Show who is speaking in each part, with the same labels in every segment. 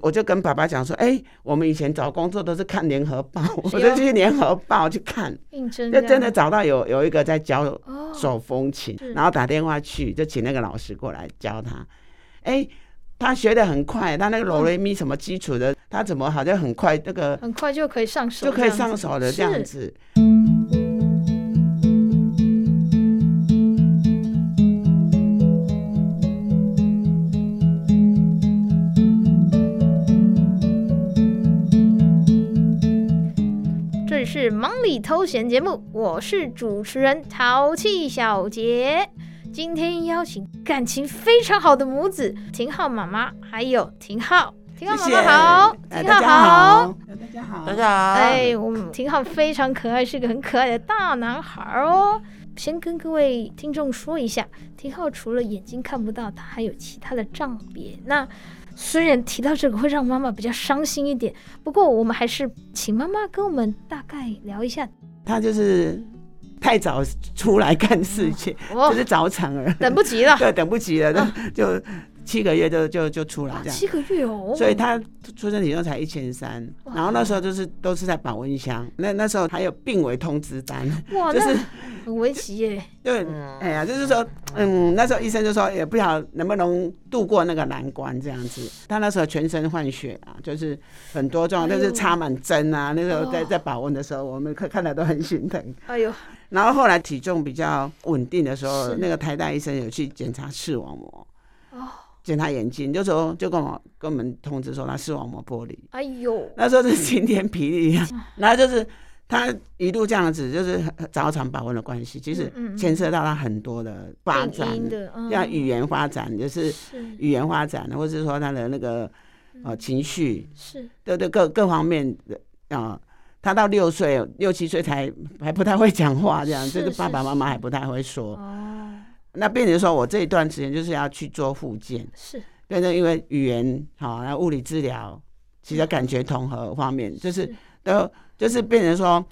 Speaker 1: 我就跟爸爸讲说，哎、我们以前找工作都是看联合 报，
Speaker 2: 哦
Speaker 1: 我就去联合报去看，
Speaker 2: 应征
Speaker 1: 就
Speaker 2: 这
Speaker 1: 真的
Speaker 2: 样
Speaker 1: 找到有有一个在教
Speaker 2: 哦，
Speaker 1: 手风琴
Speaker 2: 是，
Speaker 1: 然后打电话去就请那个老师过来教他。哎、他学的很快，他那个
Speaker 2: 嗯
Speaker 1: 哆来咪什么基础的，他怎么好像很快那个
Speaker 2: 很快就可以上手，
Speaker 1: 就可以上手的这样
Speaker 2: 是。
Speaker 1: 子。
Speaker 2: 这里是忙里偷闲节目，我是主持人淘气小杰。今天邀请感情非常好的母子廷浩妈妈，还有廷浩，廷浩妈
Speaker 1: 谢谢
Speaker 2: 妈好，
Speaker 1: 哎
Speaker 2: 廷
Speaker 1: 大家
Speaker 2: 浩
Speaker 1: 好，大家好
Speaker 3: 大家好，
Speaker 2: 哎，我们廷浩非常可爱，是个很可爱的大男孩哦。先跟各位听众说一下，廷浩除了眼睛看不到，他还有其他的障别。那虽然提到这个会让妈妈比较伤心一点，不过我们还是请妈妈跟我们大概聊一下
Speaker 1: 他就是太早出来看世界，
Speaker 2: 哦
Speaker 1: 就，是早产儿，
Speaker 2: 等不及了
Speaker 1: 对，等不及了，就就七个月就就就出来
Speaker 2: 啊，
Speaker 1: 这样。
Speaker 2: 嗯七个月哦，
Speaker 1: 所以他出生体重才一千三，
Speaker 2: 哇
Speaker 1: 然后那时候就是都是在保温箱，那那时候还有病危通知单，
Speaker 2: 哇，
Speaker 1: 就
Speaker 2: 那
Speaker 1: 是
Speaker 2: 很危急耶，
Speaker 1: 对，哎呀，就是说，嗯，那时候医生就说也不晓得能不能度过那个难关这样子。他那时候全身换血啊，就是很多状
Speaker 2: 哎
Speaker 1: 况，
Speaker 2: 呦
Speaker 1: 就是插满针啊。那时候在
Speaker 2: 哦
Speaker 1: 在保温的时候，我们看看了都很心疼。
Speaker 2: 哎呦，
Speaker 1: 然后后来体重比较稳定的时候
Speaker 2: 是，
Speaker 1: 那个台大医生有去检查视网膜，
Speaker 2: 哦，
Speaker 1: 检查眼睛，就说就跟我跟我们通知说他视网膜剥离。
Speaker 2: 哎呦，
Speaker 1: 那时候是晴天霹雳啊，
Speaker 2: 嗯
Speaker 1: 然后就是他一路这样子，就是早产保温的关系，其实
Speaker 2: 嗯嗯嗯
Speaker 1: 牵涉到他很多的发展
Speaker 2: 病，因的，嗯
Speaker 1: 像语言发展，就是
Speaker 2: 是嗯
Speaker 1: 语言发展，或是说他的那个呃情绪，
Speaker 2: 是
Speaker 1: 对对各各方面的啊、呃他到六岁、六七岁才还不太会讲话，这样
Speaker 2: 是
Speaker 1: 就是爸
Speaker 2: 是
Speaker 1: 爸妈
Speaker 2: 是
Speaker 1: 妈还不太会说。
Speaker 2: 哦，
Speaker 1: 那变成说我这一段时间就是要去做复健，
Speaker 2: 是
Speaker 1: 变成因为语言好，然后物理治疗，其实感觉统合方面，就是都就是变成说，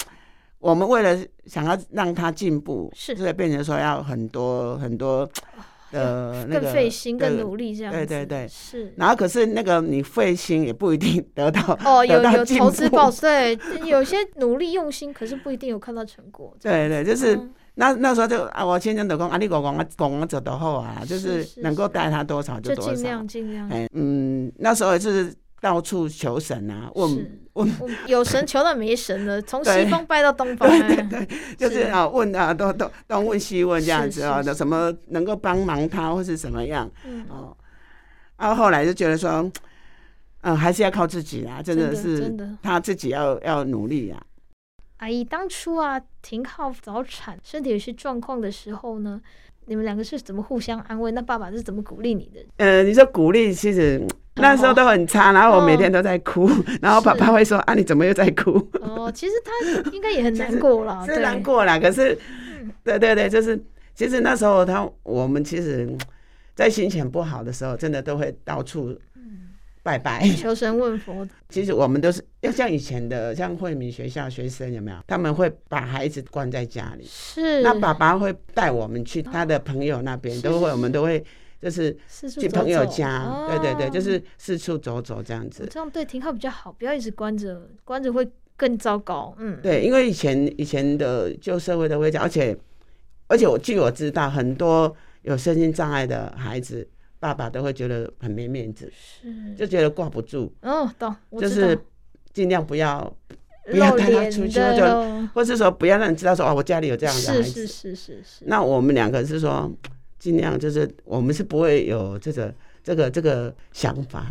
Speaker 1: 我们为了想要让他进步，
Speaker 2: 是
Speaker 1: 所以变成说要很多很多的那
Speaker 2: 哦更
Speaker 1: 个
Speaker 2: 费心、更
Speaker 1: 对
Speaker 2: 努力这样子，
Speaker 1: 对对对
Speaker 2: 是。
Speaker 1: 然后可是那个你费心也不一定得 到，
Speaker 2: 哦，有
Speaker 1: 得到
Speaker 2: 有
Speaker 1: 进
Speaker 2: 投资
Speaker 1: 步
Speaker 2: 报，对，有些努力用心，可是不一定有看到成果。这样
Speaker 1: 对对，就是
Speaker 2: 嗯
Speaker 1: 那那时候就啊，我先生就讲啊，你讲讲啊，讲啊走多好啊，就是是
Speaker 2: 是
Speaker 1: 能够带他多少就
Speaker 2: 就
Speaker 1: 多
Speaker 2: 尽
Speaker 1: 少
Speaker 2: 量。尽量。
Speaker 1: 哎，嗯，那时候也是到处求神啊，问
Speaker 2: 是
Speaker 1: 问
Speaker 2: 我们有神求到没神了，从西
Speaker 1: 对
Speaker 2: 方拜 到东方。哎
Speaker 1: 就是
Speaker 2: 是
Speaker 1: 啊，问啊，东东东问西问这样子啊，
Speaker 2: 是是
Speaker 1: 那什么能够帮忙他或是怎么样
Speaker 2: 嗯，
Speaker 1: 哦。然后后来就觉得说，嗯，还是要靠自己啦，真
Speaker 2: 的
Speaker 1: 的是
Speaker 2: 真的。
Speaker 1: 他自己要要努力啊。
Speaker 2: 阿姨当初啊，停靠早产，身体有些状况的时候呢，你们两个是怎么互相安慰？那爸爸是怎么鼓励你的？
Speaker 1: 呃，你说鼓励，其实嗯那时候都很差，然后我每天都在哭，然后爸爸会说啊，你怎么又在哭？
Speaker 2: 哦，其实他应该也很
Speaker 1: 其
Speaker 2: 难
Speaker 1: 实
Speaker 2: 过啦，
Speaker 1: 是
Speaker 2: 哦对嗯
Speaker 1: 难过啦，可是，对对对，就是其实那时候他我们其实，嗯在心情不好的时候，真的都会到处
Speaker 2: 嗯
Speaker 1: 拜拜。
Speaker 2: 求神问佛，
Speaker 1: 其实我们都是要像以前的，像惠民学校学生有没有？他们会把孩子关在家里，
Speaker 2: 是哦
Speaker 1: 那爸爸会带我们去他的朋友那边，
Speaker 2: 是
Speaker 1: 都会
Speaker 2: 是
Speaker 1: 我们都会就是
Speaker 2: 四处
Speaker 1: 去
Speaker 2: 走
Speaker 1: 朋友
Speaker 2: 走
Speaker 1: 家，对对对，
Speaker 2: 哦嗯
Speaker 1: 就是四处走走这样子。
Speaker 2: 这样对停靠比较好，不要一直关着，关着会更糟糕。嗯，
Speaker 1: 对，因为以前以前的旧社会都会讲，而且而且我据我知道，很多有身心障碍的孩子，爸爸都会觉得很没面子，
Speaker 2: 是，
Speaker 1: 就觉得挂不住，
Speaker 2: 哦，懂，我
Speaker 1: 就
Speaker 2: 知道
Speaker 1: 是尽量不要，不要
Speaker 2: 露
Speaker 1: 带他
Speaker 2: 脸
Speaker 1: 出去
Speaker 2: 的
Speaker 1: 或者
Speaker 2: 咯
Speaker 1: 或是说不要让人知道说啊，我家里有这样的孩
Speaker 2: 是
Speaker 1: 子。
Speaker 2: 是是是是，
Speaker 1: 那我们两个是说，尽量就是我们是不会有这个这个这个想法。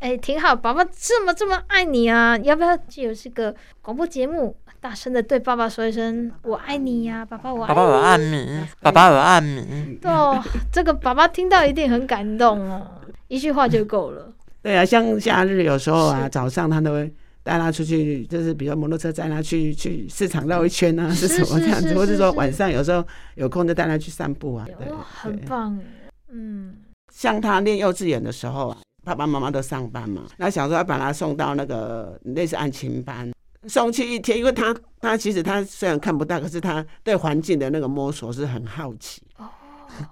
Speaker 2: 哎，挺好，爸爸这么这么爱你啊，要不要借由这个广播节目，大声的对爸爸说一声“我爱你呀、爸爸我爱你”？
Speaker 3: 爸爸我爱你，爸爸我爱你，
Speaker 2: 哦，这个爸爸听到一定很感动哦，一句话就够了。
Speaker 1: 对啊，像假日有时候啊，
Speaker 2: 是
Speaker 1: 早上他都会带他出去，就是比如摩托车载他去去市场绕一圈啊，
Speaker 2: 是
Speaker 1: 是什么
Speaker 2: 是
Speaker 1: 这样
Speaker 2: 是
Speaker 1: 子，或
Speaker 2: 是
Speaker 1: 者说
Speaker 2: 是
Speaker 1: 晚上有时候有空就带他去散步啊。 对
Speaker 2: 哇，，很
Speaker 1: 对
Speaker 2: 棒哎，嗯，
Speaker 1: 像他念幼稚园的时候啊，爸爸妈妈都上班嘛，那想说要把他送到那个类似安亲班。送去一天，因为他他其实他虽然看不到，可是他对环境的那个摸索是很好奇。
Speaker 2: 哦，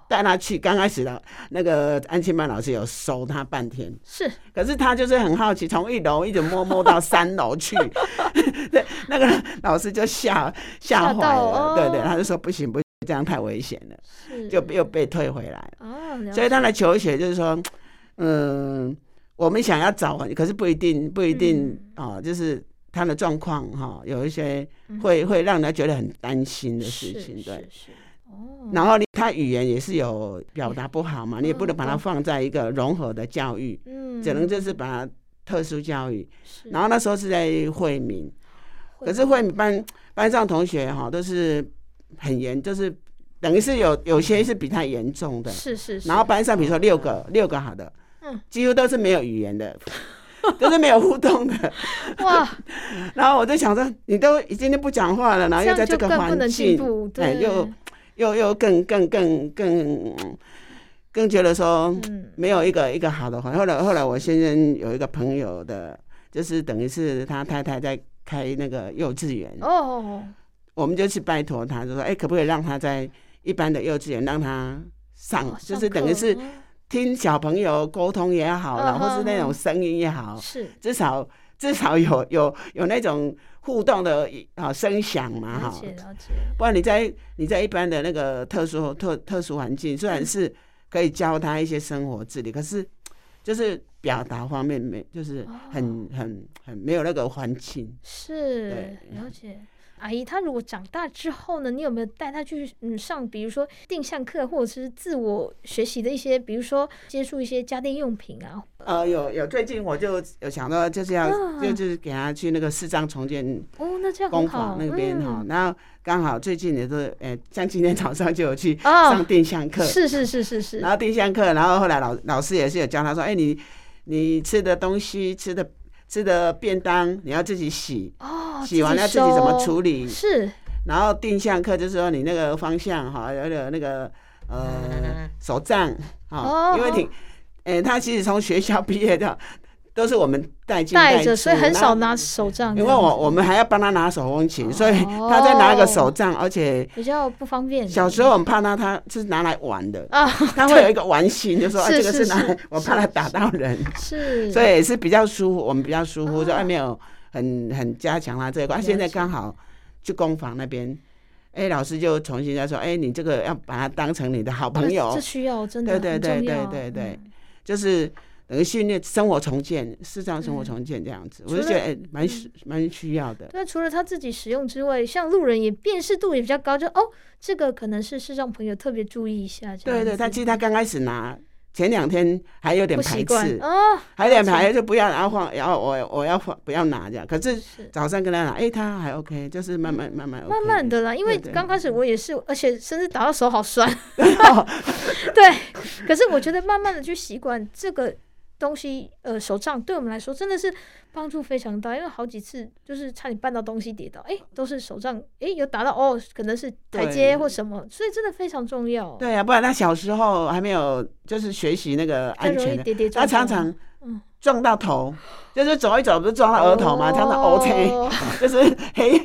Speaker 1: 带他去。刚开始的那个安庆曼老师有收他半天，
Speaker 2: 是
Speaker 1: 可是他就是很好奇，从一楼一直摸摸到三楼 去，对，那个老师就吓吓
Speaker 2: 吓
Speaker 1: 坏了，
Speaker 2: 到哦嗯
Speaker 1: 对对，他就说不行不行，这样太危险了，
Speaker 2: 是，
Speaker 1: 就又被退回来。
Speaker 2: 哦，了
Speaker 1: 所以
Speaker 2: 解
Speaker 1: 他来求学就是说，嗯，我们想要找，可是不一定不一定啊、哦，就是他的状况哈，有一些
Speaker 2: 嗯
Speaker 1: 会会让人家觉得很担心的事
Speaker 2: 是
Speaker 1: 情，
Speaker 2: 是
Speaker 1: 对。
Speaker 2: 是哦，
Speaker 1: 然后他语言也是有表达不好嘛，你也不能把它
Speaker 2: 嗯
Speaker 1: 放在一个融合的教育，
Speaker 2: 嗯，
Speaker 1: 只能就是把它特殊教育。
Speaker 2: 是
Speaker 1: 然后那时候是在惠民，
Speaker 2: 会
Speaker 1: 可是惠民班班上同学哈都是很严，就是等于是有有些是比他严重的，
Speaker 2: 是是是，
Speaker 1: 然后班上比如说六个六个好的，
Speaker 2: 嗯
Speaker 1: 几乎都是没有语言的， 都是没有互动的。
Speaker 2: 哇，
Speaker 1: 然后我就想说，你都今天不讲话了，然后
Speaker 2: 这
Speaker 1: 又
Speaker 2: 样
Speaker 1: 在
Speaker 2: 就
Speaker 1: 这个
Speaker 2: 更不
Speaker 1: 环
Speaker 2: 能进
Speaker 1: 境，
Speaker 2: 步，
Speaker 1: 哎
Speaker 2: 对，
Speaker 1: 又又又更更更更更觉得说
Speaker 2: 嗯
Speaker 1: 没有一个一个好的环。后来后来我先生有一个朋友的，就是等于是他太太在开那个幼稚园，
Speaker 2: 哦，
Speaker 1: 我们就去拜托他，就说，哎，可不可以让他在一般的幼稚园让他上
Speaker 2: 哦，
Speaker 1: 嗯就
Speaker 2: 上
Speaker 1: 是等于
Speaker 2: 课
Speaker 1: 是。
Speaker 2: 哦
Speaker 1: 听小朋友沟通也好啦，
Speaker 2: 嗯
Speaker 1: 或是那
Speaker 2: 嗯
Speaker 1: 种
Speaker 2: 嗯
Speaker 1: 声音也好，
Speaker 2: 是
Speaker 1: 至少至少有有有那种互动的啊声响嘛
Speaker 2: 了
Speaker 1: 哈。
Speaker 2: 解了解，
Speaker 1: 不然你在你在一般的那个特殊特特殊环境，虽然是可以教他一些生活自理，可是就是表达方面没就是
Speaker 2: 哦
Speaker 1: 很很很没有那个环境。
Speaker 2: 是
Speaker 1: 对
Speaker 2: 了解。阿姨，她如果长大之后呢，你有没有带她去嗯上，比如说定向课，或者是自我学习的一些，比如说接触一些家电用品啊？
Speaker 1: 呃，有有最近我就有想到就是要、
Speaker 2: 嗯
Speaker 1: 就就是给他去那个视障重建
Speaker 2: 哦，那这样
Speaker 1: 工
Speaker 2: 很
Speaker 1: 坊
Speaker 2: 好。
Speaker 1: 那边哈、
Speaker 2: 嗯
Speaker 1: 然后刚好最近也是，呃、像今天早上就有去上
Speaker 2: 哦，
Speaker 1: 定向课，
Speaker 2: 是是是是是
Speaker 1: 然，后定向课，然后后来老老师也是有教他说，哎、你你吃的东西吃的吃的便当你要自己洗，
Speaker 2: 哦，
Speaker 1: 洗完了自己怎么
Speaker 2: 收
Speaker 1: 处理，
Speaker 2: 是
Speaker 1: 然后定向课就是说你那个方向哈，有点那个呃手杖哈，
Speaker 2: 嗯哦
Speaker 1: 因为你，哎、他其实从学校 毕业的都是我们带进
Speaker 2: 带着，
Speaker 1: 出
Speaker 2: 所以很
Speaker 1: 那
Speaker 2: 少拿手杖这
Speaker 1: 因
Speaker 2: 样
Speaker 1: 为
Speaker 2: 子，
Speaker 1: 我我们还要帮他拿手风琴，所以他在拿
Speaker 2: 哦
Speaker 1: 个手杖，而且
Speaker 2: 比较不方便。
Speaker 1: 小时候我们怕他他是拿来玩的，
Speaker 2: 啊，
Speaker 1: 他会有一个玩心，就说啊
Speaker 2: 是
Speaker 1: 这个是
Speaker 2: 是
Speaker 1: 拿来
Speaker 2: 是
Speaker 1: 我怕他打到人，
Speaker 2: 是，
Speaker 1: 所以也是比较舒服，我们比较舒服，
Speaker 2: 哦
Speaker 1: 就啊还没有很很加强他这一块。啊
Speaker 2: 了解
Speaker 1: 现在刚好去工坊那边，哎，老师就重新再说，哎，你这个要把他当成你的好朋
Speaker 2: 这
Speaker 1: 友
Speaker 2: 哦这，需要真
Speaker 1: 对
Speaker 2: 的
Speaker 1: 对
Speaker 2: 很
Speaker 1: 对
Speaker 2: 重
Speaker 1: 对
Speaker 2: 要
Speaker 1: 对对
Speaker 2: 嗯
Speaker 1: 就是等于训练生活重建，视障生活重建这样子，我就
Speaker 2: 嗯除
Speaker 1: 觉
Speaker 2: 了
Speaker 1: 得哎蛮需蛮需要的。
Speaker 2: 那除了他自己使用之外，像路人也辨识度也比较高，就哦，这个可能是视障朋友特别注意一下。这样
Speaker 1: 对对，他
Speaker 2: 子
Speaker 1: 其实他刚开始拿，前两天还有点
Speaker 2: 不
Speaker 1: 排
Speaker 2: 习
Speaker 1: 斥
Speaker 2: 惯，哦，
Speaker 1: 还有点
Speaker 2: 了解
Speaker 1: 排斥，就不要，然后换，然后我我要换，不要拿这样。可是
Speaker 2: 是
Speaker 1: 早上跟他拿，哎，他还 OK，就是慢慢慢慢 OK，
Speaker 2: 嗯慢慢的啦，因为
Speaker 1: 对对
Speaker 2: 刚开始我也是，而且甚至打到手 好酸。
Speaker 1: 哦
Speaker 2: 对，可是我觉得慢慢的去习惯这个东西，呃，手杖对我们来说真的是帮助非常大，因为好几次就是差点绊到东西跌倒，哎，都是手杖，哎，有打到哦，可能是台阶
Speaker 1: 对
Speaker 2: 或什么，所以真的非常重要，
Speaker 1: 对啊，不然他小时候还没有就是学习那个
Speaker 2: 更
Speaker 1: 安
Speaker 2: 容易
Speaker 1: 全的，
Speaker 2: 跌跌撞
Speaker 1: 他
Speaker 2: 撞。
Speaker 1: 常常
Speaker 2: 嗯
Speaker 1: 撞到头，就是走一走不是撞到额头嘛，常常 OK，
Speaker 2: 哦
Speaker 1: 就是嘿，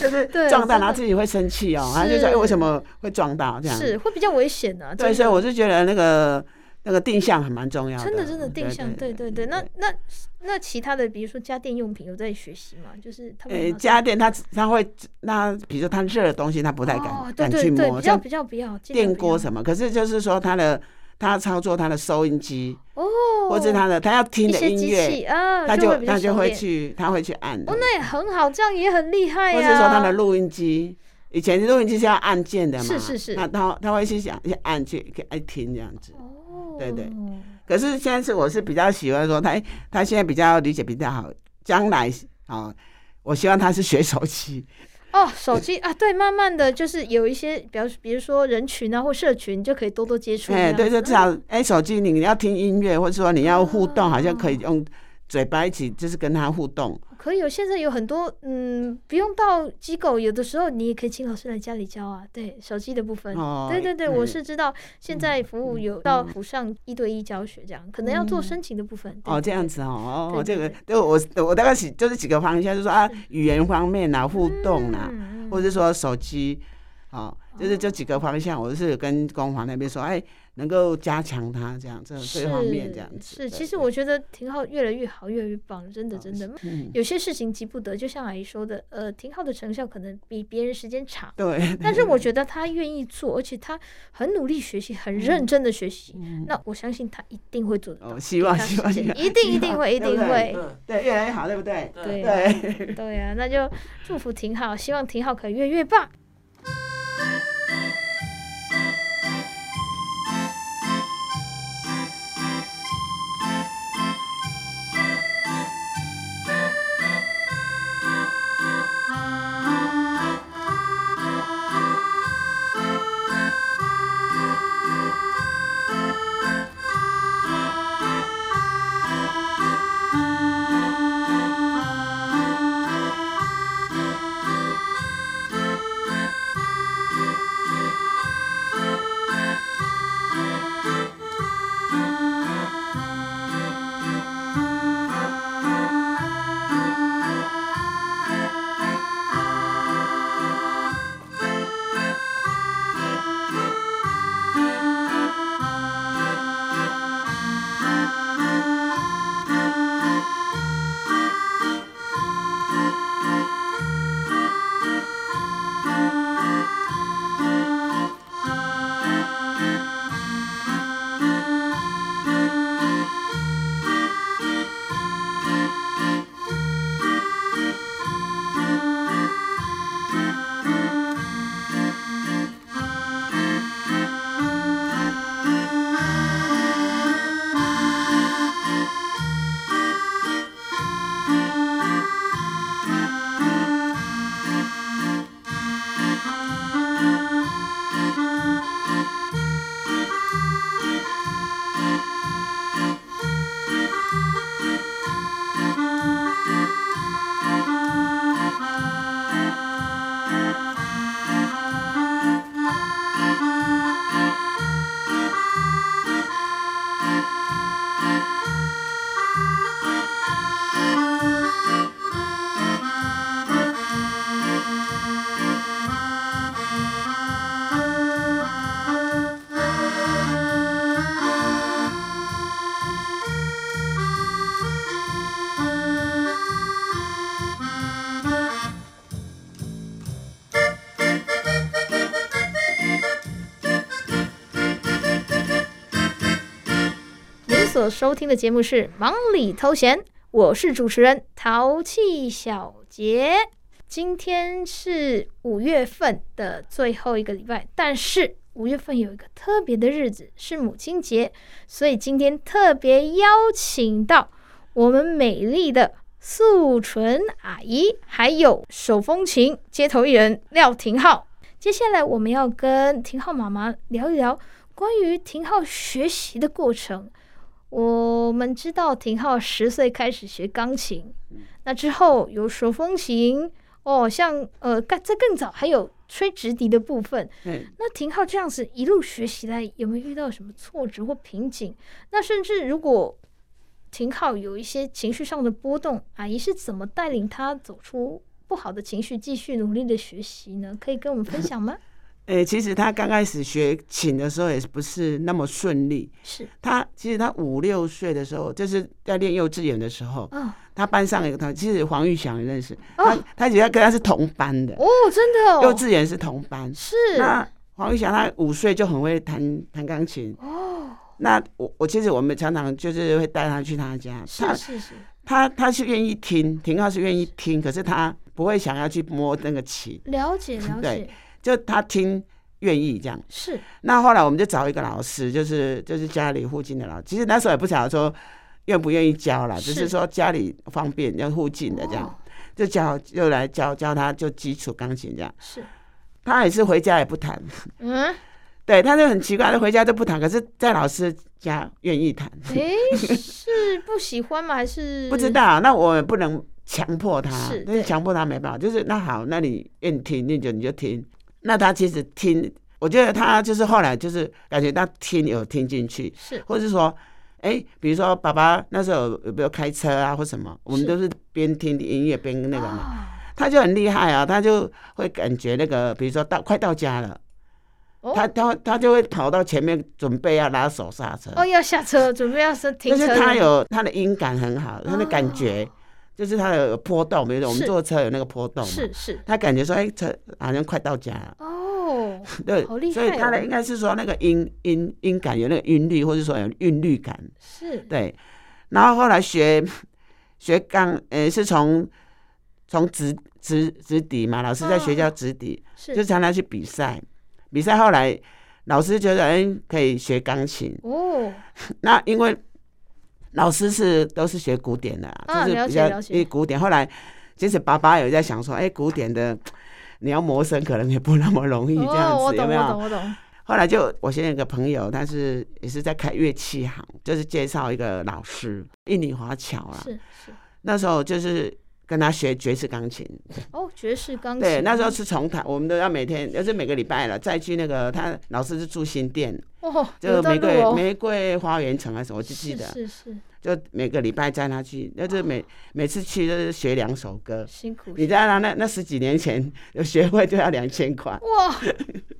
Speaker 1: 就是
Speaker 2: 对
Speaker 1: 撞到，
Speaker 2: 真
Speaker 1: 然后
Speaker 2: 的
Speaker 1: 自己会生气哦，他就是说哎为什么会撞到这样？
Speaker 2: 是会比较危险啊。
Speaker 1: 对，
Speaker 2: 真
Speaker 1: 所以
Speaker 2: 的
Speaker 1: 我就觉得那个那个定向还蛮重要
Speaker 2: 真的真的定向，
Speaker 1: 对
Speaker 2: 对对对。那那那其他的，比如说家电用品有在学习吗？就是他们有没
Speaker 1: 呃，
Speaker 2: 有
Speaker 1: 家电它它会，那比如说它热的东西，它不太敢、
Speaker 2: 哦，对
Speaker 1: 敢
Speaker 2: 对
Speaker 1: 去
Speaker 2: 对，
Speaker 1: 摸，
Speaker 2: 比较
Speaker 1: 像
Speaker 2: 比较不要尽量
Speaker 1: 电
Speaker 2: 不
Speaker 1: 锅
Speaker 2: 要
Speaker 1: 什么。可是就是说它的，它操作它的收音机，
Speaker 2: 哦，
Speaker 1: 或者它的它要听
Speaker 2: 一
Speaker 1: 的
Speaker 2: 些
Speaker 1: 音
Speaker 2: 机
Speaker 1: 乐，
Speaker 2: 器啊，
Speaker 1: 它
Speaker 2: 会比较
Speaker 1: 它就
Speaker 2: 熟
Speaker 1: 会
Speaker 2: 练。
Speaker 1: 去，它会去按的，
Speaker 2: 哦，那也很好，这样也很厉害
Speaker 1: 或
Speaker 2: 呀。
Speaker 1: 者说它的录音机。以前录音机是要按键的嘛，
Speaker 2: 是是是
Speaker 1: 那它它会去想去按去去爱听这样子。
Speaker 2: 哦，
Speaker 1: 对对可是现在是我是比较喜欢说他，哎他现在比较理解比较好，将来啊、哦我希望他是学手机，
Speaker 2: 哦，手机啊，对，慢慢的就是有一些，比如比如说人群啊或社群，就可以多多接触这
Speaker 1: 哎、
Speaker 2: 样子。嗯
Speaker 1: 对，就至少哎、手机你要听音乐，或者说你要互动，
Speaker 2: 啊
Speaker 1: 好像可以用嘴巴一起，就是跟他互动。
Speaker 2: 可以有现在有很多，嗯，不用到机构，有的时候你也可以请老师来家里教啊。对，手机的部分，
Speaker 1: 哦，
Speaker 2: 对对对，我
Speaker 1: 嗯
Speaker 2: 是知道现在服务有到不上一对一教学这样，可能要做申请的部分。对
Speaker 1: 嗯哦，这样。
Speaker 2: 对对
Speaker 1: 子哦，哦，这
Speaker 2: 对对嗯
Speaker 1: 个对我我大概是就是几个方向，就是说啊，语言方面啊，互动啊，
Speaker 2: 嗯嗯哦
Speaker 1: 或者说手机，好、就是这几个方向，我是跟工华那边说，哎，能够加强他这样这这方面这样子。
Speaker 2: 是，
Speaker 1: 对
Speaker 2: 其实我觉得廷浩越来越好，越来越棒，真的
Speaker 1: 哦
Speaker 2: 真的。
Speaker 1: 嗯，
Speaker 2: 有些事情急不得，就像阿姨说的，呃，廷浩的成效可能比别人时间 长，
Speaker 1: 对，
Speaker 2: 但是我觉得他愿意做，而且他很努力学习，很认真的学习。
Speaker 1: 嗯
Speaker 2: 那我相信他一定会做得到
Speaker 1: 哦，，希望
Speaker 2: 给他
Speaker 1: 希望
Speaker 2: 时
Speaker 1: 希
Speaker 2: 间
Speaker 1: 望
Speaker 2: 一定一定会一
Speaker 1: 希望
Speaker 2: 定会。
Speaker 1: 对越来越好，对不对？
Speaker 2: 对
Speaker 1: 对，
Speaker 2: 对呀、那就祝福廷浩，希望廷浩可以越越棒。您所收听的节目是《忙里偷闲》，我是主持人淘气小杰。今天是五月份的最后一个礼拜，但是五月份有一个特别的日子是母亲节，所以今天特别邀请到我们美丽的素纯阿姨，还有手风琴街头艺人廖廷浩。接下来我们要跟廷浩妈妈聊一聊关于廷浩学习的过程。我们知道廷浩十岁开始学钢琴，
Speaker 1: 嗯
Speaker 2: 那之后有手风琴，哦，像呃，更在更早还有吹直笛的部分。
Speaker 1: 对
Speaker 2: 那廷浩这样子一路学习来，有没有遇到什么挫折或瓶颈？那甚至如果廷浩有一些情绪上的波动，阿姨是怎么带领他走出不好的情绪，继续努力的学习呢？可以跟我们分 享吗？
Speaker 1: 诶，其实他刚开始学琴的时候也不是那么顺利。
Speaker 2: 是，
Speaker 1: 他其实他五六岁的时候，就是在练幼稚园的时候，
Speaker 2: 哦，
Speaker 1: 他班上有个同学，其实黄玉祥也认识他
Speaker 2: 哦，
Speaker 1: 他觉得跟他是同班的，
Speaker 2: 哦，真的哦，
Speaker 1: 幼稚园是同班。
Speaker 2: 是，
Speaker 1: 那黄玉祥他五岁就很会弹弹钢琴，
Speaker 2: 哦，
Speaker 1: 那我我其实我们常常就是会带他去他家，
Speaker 2: 是
Speaker 1: 他
Speaker 2: 是是，
Speaker 1: 他他是愿意听，廷浩是愿意听，可是他不会想要去摸那个琴，
Speaker 2: 了解了解
Speaker 1: 对，就他听愿意这样。
Speaker 2: 是，
Speaker 1: 那后来我们就找一个老师，就是就是家里附近的老师。其实那时候也不想说愿不愿意教啦，
Speaker 2: 是
Speaker 1: 只是说家里方便，要附近的这样，
Speaker 2: 哦
Speaker 1: 就教就来教教他就基础钢琴这样。
Speaker 2: 是，
Speaker 1: 他也是回家也不弹，
Speaker 2: 嗯，
Speaker 1: 对，他就很奇怪，他回家都不弹，可是在老师家愿意弹，
Speaker 2: 诶，是不喜欢吗？还是
Speaker 1: 不知？道。那我也不能强迫他，
Speaker 2: 是
Speaker 1: 就
Speaker 2: 对
Speaker 1: 是强迫他没办法，就是那好，那你愿意听你就你就听。那他其实听，我觉得他就是后来就是感觉到听有听进去，
Speaker 2: 是，
Speaker 1: 或是说，哎、比如说爸爸那时候有有没有开车啊，或什么，我们
Speaker 2: 是
Speaker 1: 都是边听音乐边那个嘛。
Speaker 2: 啊
Speaker 1: 他就很厉害啊，他就会感觉那个，比如说到快到家了，
Speaker 2: 哦
Speaker 1: 他他他就会跑到前面准备要拉手刹车，
Speaker 2: 哦，要下车，准备要是停
Speaker 1: 就是
Speaker 2: 车了，
Speaker 1: 他有他的音感很好，他的
Speaker 2: 哦
Speaker 1: 感觉就是他有波动，比如说我们
Speaker 2: 是
Speaker 1: 坐车有那个波动嘛，
Speaker 2: 是是
Speaker 1: 他感觉说哎车好像快到家了。
Speaker 2: 哦，
Speaker 1: 对，
Speaker 2: 好厉
Speaker 1: 所以
Speaker 2: 害
Speaker 1: 他
Speaker 2: 哦
Speaker 1: 的应该是说那个音音音感有那个韵律，或者说有韵律感，
Speaker 2: 是
Speaker 1: 对。然后后来学学钢，呃，是从从直直直笛嘛，老师
Speaker 2: 嗯
Speaker 1: 在学校直笛，
Speaker 2: 是
Speaker 1: 就常常去比赛。比赛后来老师觉得，哎、可以学钢琴。
Speaker 2: 哦，
Speaker 1: 那因为老师是都是学古典的、
Speaker 2: 啊
Speaker 1: 就是
Speaker 2: 了
Speaker 1: 比
Speaker 2: 解
Speaker 1: 较
Speaker 2: 了解
Speaker 1: 因为古典。后来其实爸爸有在想说，哎、古典的你要磨生可能也不那么容易，这样
Speaker 2: 哦，
Speaker 1: 子、
Speaker 2: 我
Speaker 1: 有
Speaker 2: 懂
Speaker 1: 没
Speaker 2: 我
Speaker 1: 有
Speaker 2: 懂？我懂，
Speaker 1: 后来就我现在有个朋友，他是也是在开乐器行，就是介绍一个老师，印尼华侨啦。
Speaker 2: 是是
Speaker 1: 那时候就是跟他学爵士钢琴，
Speaker 2: 哦，爵士钢琴，
Speaker 1: 对，那时候是从台，我们都要每天，就是每个礼拜了，再去那个他老师是住新店，
Speaker 2: 哦，
Speaker 1: 就玫瑰、
Speaker 2: 没
Speaker 1: 玫瑰花园城还是什么，我就记得，
Speaker 2: 是哦是是
Speaker 1: 就每个礼拜带他去，那就每每次去就是学两首歌。
Speaker 2: 辛苦
Speaker 1: 你知道那那那十几年前， 有学会就要两千块，
Speaker 2: 哇，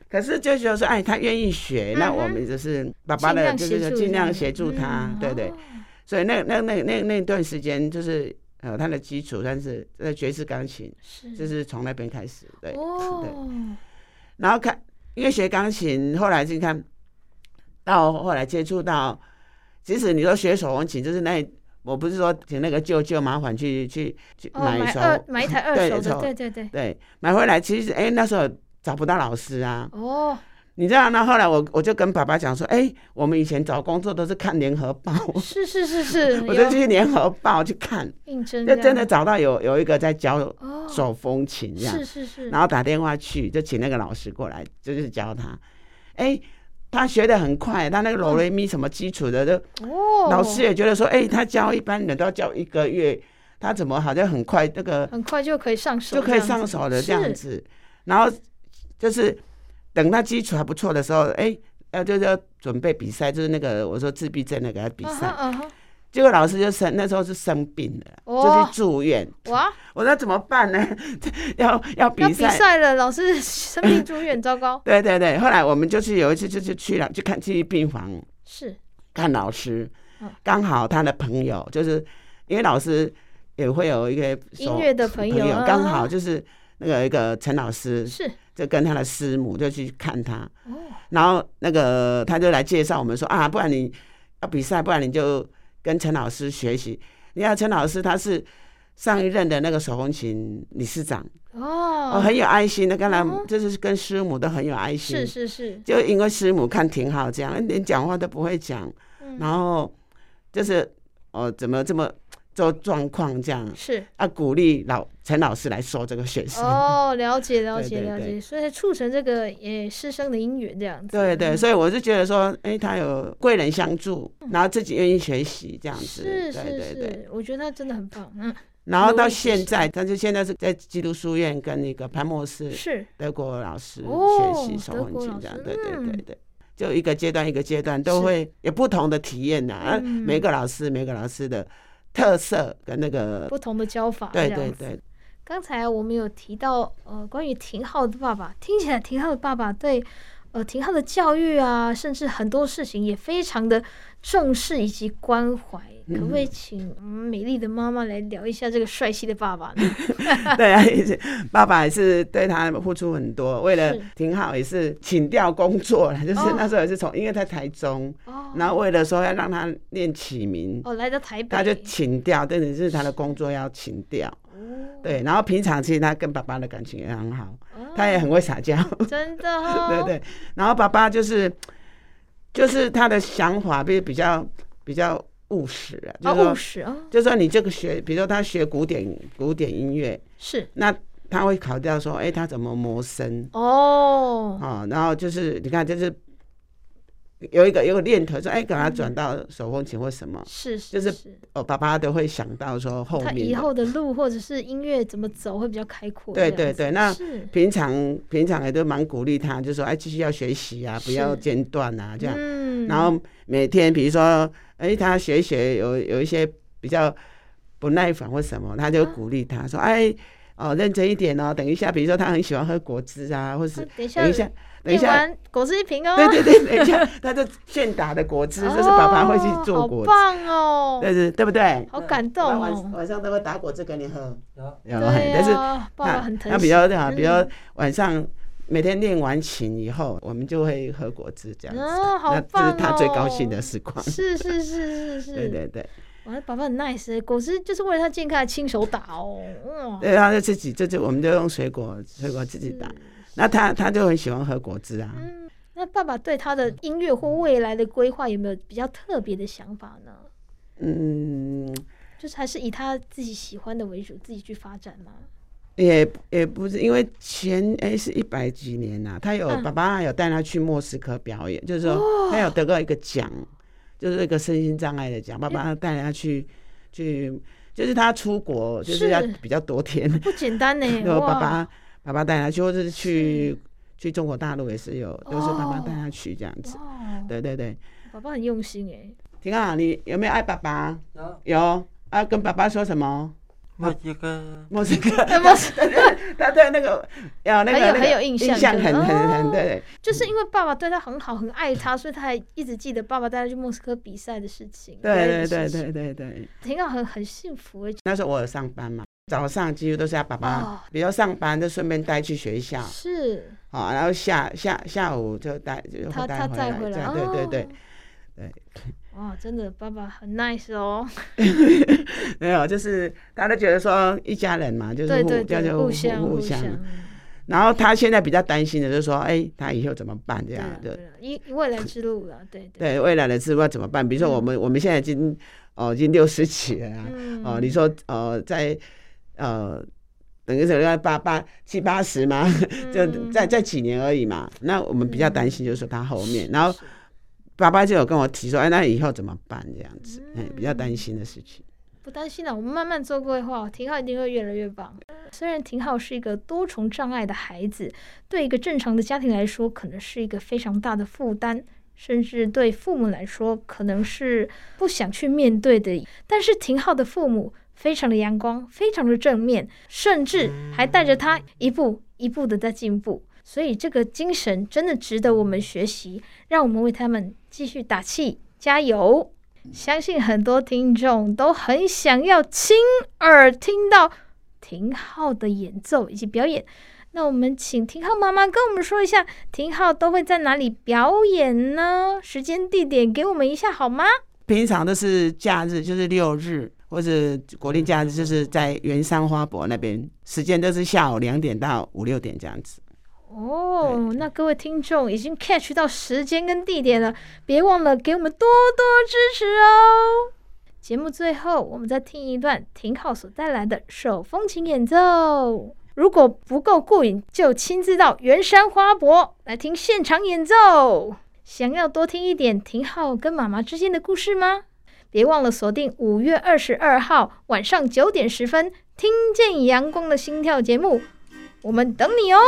Speaker 1: 可是就觉得说，哎，他愿意学，那
Speaker 2: 哦嗯哼
Speaker 1: 我们就是爸爸的，就
Speaker 2: 尽
Speaker 1: 是
Speaker 2: 量协
Speaker 1: 说
Speaker 2: 助
Speaker 1: 尽量协助他，
Speaker 2: 嗯
Speaker 1: 对对
Speaker 2: 哦。
Speaker 1: 所以那那那那那段时间，就是呃，他的基础算是呃爵士钢琴，
Speaker 2: 是
Speaker 1: 就是从那边开始，对。
Speaker 2: 哦，
Speaker 1: 然后看，因为学钢琴，后来就看到后来接触到，即使你说学手风琴，就是那我不是说请那个舅舅麻烦去去去
Speaker 2: 哦，买
Speaker 1: 一首，
Speaker 2: 二买一 台二
Speaker 1: 对
Speaker 2: 手的，
Speaker 1: 手
Speaker 2: 对对对，
Speaker 1: 对，买回来其实哎那时候找不到老师啊，
Speaker 2: 哦，
Speaker 1: 你知道，那后来我我就跟爸爸讲说，哎、我们以前找工作都是看联合报，
Speaker 2: 是是 是是，
Speaker 1: 我就
Speaker 2: 有
Speaker 1: 去联合报去看，
Speaker 2: 应征这
Speaker 1: 就
Speaker 2: 样，
Speaker 1: 真的找到有有一个在教
Speaker 2: 哦，
Speaker 1: 手风琴这样，
Speaker 2: 是是是，
Speaker 1: 然后打电话去就请那个老师过来，就是教他，哎、他学的很快，他那个
Speaker 2: 嗯
Speaker 1: 哆来咪什么基础的，就
Speaker 2: 哦，
Speaker 1: 老师也觉得说，哎、他教一般人都要教一个月，他怎么好像很快那个
Speaker 2: 很快就可以上手，
Speaker 1: 就可以上手的这样
Speaker 2: 是
Speaker 1: 子。然后就是等他基础还不错的时候，哎、呃，就是要准备比赛，就是那个我说自闭症那个比
Speaker 2: 这样
Speaker 1: 赛。
Speaker 2: 子啊哈啊
Speaker 1: 结果老师就生那时候是生病了，就
Speaker 2: 哦
Speaker 1: 去住院。
Speaker 2: 哈哇，
Speaker 1: 我说怎么办呢？ 要要比
Speaker 2: 要比
Speaker 1: 赛。
Speaker 2: 赛了，老师 生病住院，糟糕，
Speaker 1: 对对对，后来我们就是有一次就是去了去看去病房
Speaker 2: 是
Speaker 1: 看老师
Speaker 2: 嗯，
Speaker 1: 刚好他的朋友就是因为老师也会有一个
Speaker 2: 音乐的朋
Speaker 1: 朋
Speaker 2: 友啊，
Speaker 1: 刚好就是那个一个陈老师
Speaker 2: 是
Speaker 1: 就跟他的师母就去看他，
Speaker 2: 哦，
Speaker 1: 然后那个他就来介绍我们说啊，不然你要比赛，不然你就跟陈老师学习。你看陈老师他是上一任的那个手风琴理事长，哦，
Speaker 2: 哦，
Speaker 1: 很有爱心的，跟他
Speaker 2: 哦
Speaker 1: 就是跟师母都很有爱心。
Speaker 2: 是是是，
Speaker 1: 就因为师母看挺好，这样连讲话都不会讲，
Speaker 2: 嗯
Speaker 1: 然后就是哦怎么这么做状况这样
Speaker 2: 是
Speaker 1: 啊，鼓励老陈老师来收这个学生。
Speaker 2: 哦，了解了解
Speaker 1: 对对
Speaker 2: 了
Speaker 1: 对
Speaker 2: 解，所以促成这个也师生的姻缘这样子，
Speaker 1: 对对，
Speaker 2: 嗯
Speaker 1: 所以我是觉得说，哎、他有贵人相助，然后自己愿意学习这样子，
Speaker 2: 是
Speaker 1: 对
Speaker 2: 是
Speaker 1: 对对。
Speaker 2: 是，我觉得他真的很棒，嗯，
Speaker 1: 然后到现在，他就现在是在基督书院跟那个潘莫斯
Speaker 2: 是
Speaker 1: 德国老师
Speaker 2: 哦
Speaker 1: 学习手风琴这样，
Speaker 2: 德
Speaker 1: 对
Speaker 2: 国老
Speaker 1: 对
Speaker 2: 师嗯
Speaker 1: 对对。就一个阶段一个阶段都会有不同的体验呐、啊，
Speaker 2: 嗯
Speaker 1: 每个老师每个老师的特色跟那个，
Speaker 2: 不同的教法，
Speaker 1: 对对。对，
Speaker 2: 刚才我们有提到，呃，关于廷浩的爸爸，听起来廷浩的爸爸对，呃，廷浩的教育啊，甚至很多事情也非常的重视以及关怀。可不可以请嗯美丽的妈妈来聊一下这个帅气的爸爸呢？
Speaker 1: 对啊，也是爸爸也是对他付出很多，为了
Speaker 2: 是
Speaker 1: 挺好也是请调工作了，就是
Speaker 2: 哦
Speaker 1: 那时候也是从，因为在台中，
Speaker 2: 哦，
Speaker 1: 然后为了说要让他练起名，
Speaker 2: 哦，来到台北，
Speaker 1: 他就请掉，真的是他的工作要请掉。
Speaker 2: 哦
Speaker 1: 对，然后平常其实他跟爸爸的感情也很好，
Speaker 2: 哦
Speaker 1: 他也很会撒娇，
Speaker 2: 真的、哦，
Speaker 1: 对对。然后爸爸就是就是他的想法比比较比较务实啊，就
Speaker 2: 啊，
Speaker 1: 是
Speaker 2: 务
Speaker 1: 说
Speaker 2: 实啊，
Speaker 1: 就说你这个学，比如说他学古典古典音乐，
Speaker 2: 是
Speaker 1: 那他会考掉说，哎，他怎么磨声？
Speaker 2: 哦，
Speaker 1: 哦，然后就是你看，就是有一个有个念头说，哎，给他转到手风琴或什么，
Speaker 2: 是是
Speaker 1: 就是哦，爸爸都会想到说后
Speaker 2: 他
Speaker 1: 面
Speaker 2: 以
Speaker 1: 的。
Speaker 2: 后的路或者是音乐怎么走会比较开阔这
Speaker 1: 对
Speaker 2: 样子。
Speaker 1: 对对，那
Speaker 2: 是
Speaker 1: 平常平常也都蛮鼓励他，就说哎，继续要学习啊，不要
Speaker 2: 是
Speaker 1: 间断啊，这样。
Speaker 2: 嗯，
Speaker 1: 然后每天比如说，哎，他学一学有有一些比较不耐烦或什么，他就鼓励他说，哎。哦，认真一点哦。等一下，比如说他很喜欢喝果汁啊，或是
Speaker 2: 哦等一下
Speaker 1: 等一下，等一
Speaker 2: 念
Speaker 1: 下，
Speaker 2: 完果汁一瓶哦，
Speaker 1: 对对对，等一下，他就现打的果汁，就是爸爸会去做
Speaker 2: 哦好
Speaker 1: 果汁，
Speaker 2: 棒哦，
Speaker 1: 但是对不对？
Speaker 2: 好感动
Speaker 1: 晚
Speaker 2: 哦
Speaker 1: 晚。晚上都会打果汁给你喝，有
Speaker 2: 对
Speaker 1: 但是
Speaker 2: 啊，爸爸
Speaker 1: 他
Speaker 2: 很疼惜。
Speaker 1: 他比较啊，比较
Speaker 2: 嗯
Speaker 1: 晚上每天练完琴以后，我们就会喝果汁这样子，
Speaker 2: 哦好
Speaker 1: 那这是他最高
Speaker 2: 棒
Speaker 1: 兴的
Speaker 2: 哦
Speaker 1: 时光。
Speaker 2: 是是是是是，
Speaker 1: 对对对，
Speaker 2: 哇，那爸爸很 nice，果欸汁就是为了他健康亲手打哦，哇，
Speaker 1: 对，他就自己，就就我们就用水果水果自己打。那他他就很喜欢喝果汁啊。
Speaker 2: 嗯，那爸爸对他的音乐或未来的规划有没有比较特别的想法呢？
Speaker 1: 嗯，
Speaker 2: 就是还是以他自己喜欢的为主，自己去发展吗？
Speaker 1: 也也不是，因为前诶是一百几年呐、他有、
Speaker 2: 嗯
Speaker 1: 爸爸有带他去莫斯科表演，就是说他有得过一个奖，就是一个身心障碍的奖，爸爸带他去去，就是他出国就是要
Speaker 2: 是
Speaker 1: 比较多天，，
Speaker 2: 不简单呢欸
Speaker 1: 然后
Speaker 2: 哇，
Speaker 1: 爸爸爸爸带他去，或者是去去中国大陆也是有，都是爸爸
Speaker 2: 哦
Speaker 1: 带他去这样子。
Speaker 2: 哇，
Speaker 1: 对对对，
Speaker 2: 爸爸很用心哎，
Speaker 1: 婷啊，你有没有爱爸爸？
Speaker 3: 有
Speaker 1: 有啊，跟爸爸说什么？
Speaker 3: 我一个
Speaker 1: 莫斯科，
Speaker 2: 那么
Speaker 1: 他对那个有那
Speaker 2: 很
Speaker 1: 个那
Speaker 2: 有很有
Speaker 1: 个
Speaker 2: 印
Speaker 1: 印
Speaker 2: 象
Speaker 1: 象
Speaker 2: 就
Speaker 1: 很
Speaker 2: 是
Speaker 1: 很很
Speaker 2: 哦
Speaker 1: 对，
Speaker 2: 就是因为爸爸对他很好，很爱他，所以他还一直记得爸爸带他去莫斯科比赛的事情。表演
Speaker 1: 对对
Speaker 2: 的
Speaker 1: 对
Speaker 2: 事情，
Speaker 1: 对对对。
Speaker 2: 挺好，很很幸福哎。
Speaker 1: 那时候我有上班嘛，早上几乎都是他爸
Speaker 2: 哦
Speaker 1: 爸，比如上班就顺便带去学校，
Speaker 2: 是
Speaker 1: 好，然后下下下午就带就
Speaker 2: 他
Speaker 1: 会带
Speaker 2: 他再
Speaker 1: 回
Speaker 2: 回来
Speaker 1: 来，，对对对
Speaker 2: 哦，
Speaker 1: 对。
Speaker 2: 哇，真的，爸爸很 nice 哦，
Speaker 1: 没有，就是大家都觉得说一家人嘛，就是
Speaker 2: 对
Speaker 1: 互
Speaker 2: 对
Speaker 1: 叫
Speaker 2: 对，
Speaker 1: 做互
Speaker 2: 相
Speaker 1: 互
Speaker 2: 相嗯
Speaker 1: 相。，然后他现在比较担心的就是说，哎，他以后怎么办这
Speaker 2: 对
Speaker 1: 样
Speaker 2: 啊
Speaker 1: 就
Speaker 2: 对啊，一未来之路了，对对，
Speaker 1: 对未啊来的事要怎么办？比如说我们、我们现在已经哦已经六十几了啊，
Speaker 2: 嗯
Speaker 1: 哦你说呃在呃等于说要八八七八十嘛，就
Speaker 2: 嗯
Speaker 1: 在在几年而已嘛。那我们比较担心就是说他后
Speaker 2: 嗯
Speaker 1: 面，然后爸爸就有跟我提说，哎那以后怎么办这样子，
Speaker 2: 嗯
Speaker 1: 哎比较担心的事情。
Speaker 2: 不担心了，我们慢慢做规划，廷浩一定会越来越棒。虽然廷浩是一个多重障碍的孩子，对一个正常的家庭来说，可能是一个非常大的负担，甚至对父母来说，可能是不想去面对的。但是廷浩的父母非常的阳光，非常的正面，甚至还带着他一步一步的在进步。所以这个精神真的值得我们学习，让我们为他们继续打气，加油！相信很多听众都很想要亲耳听到廷浩的演奏以及表演。那我们请廷浩妈妈跟我们说一下，廷浩都会在哪里表演呢？时间、地点给我们一下好吗？
Speaker 1: 平常都是假日，就是六日或者国定假日，就是在圆山花博那边，时间都是下午两点到五六点这样子。
Speaker 2: 哦，那各位听众已经 catch 到时间跟地点了，别忘了给我们多多支持哦。节目最后，我们再听一段廷浩所带来的手风琴演奏。如果不够过瘾，就亲自到圆山花博来听现场演奏。想要多听一点廷浩跟妈妈之间的故事吗？别忘了锁定五月二十二号晚上九点十分，听见阳光的心跳节目，我们等你哦。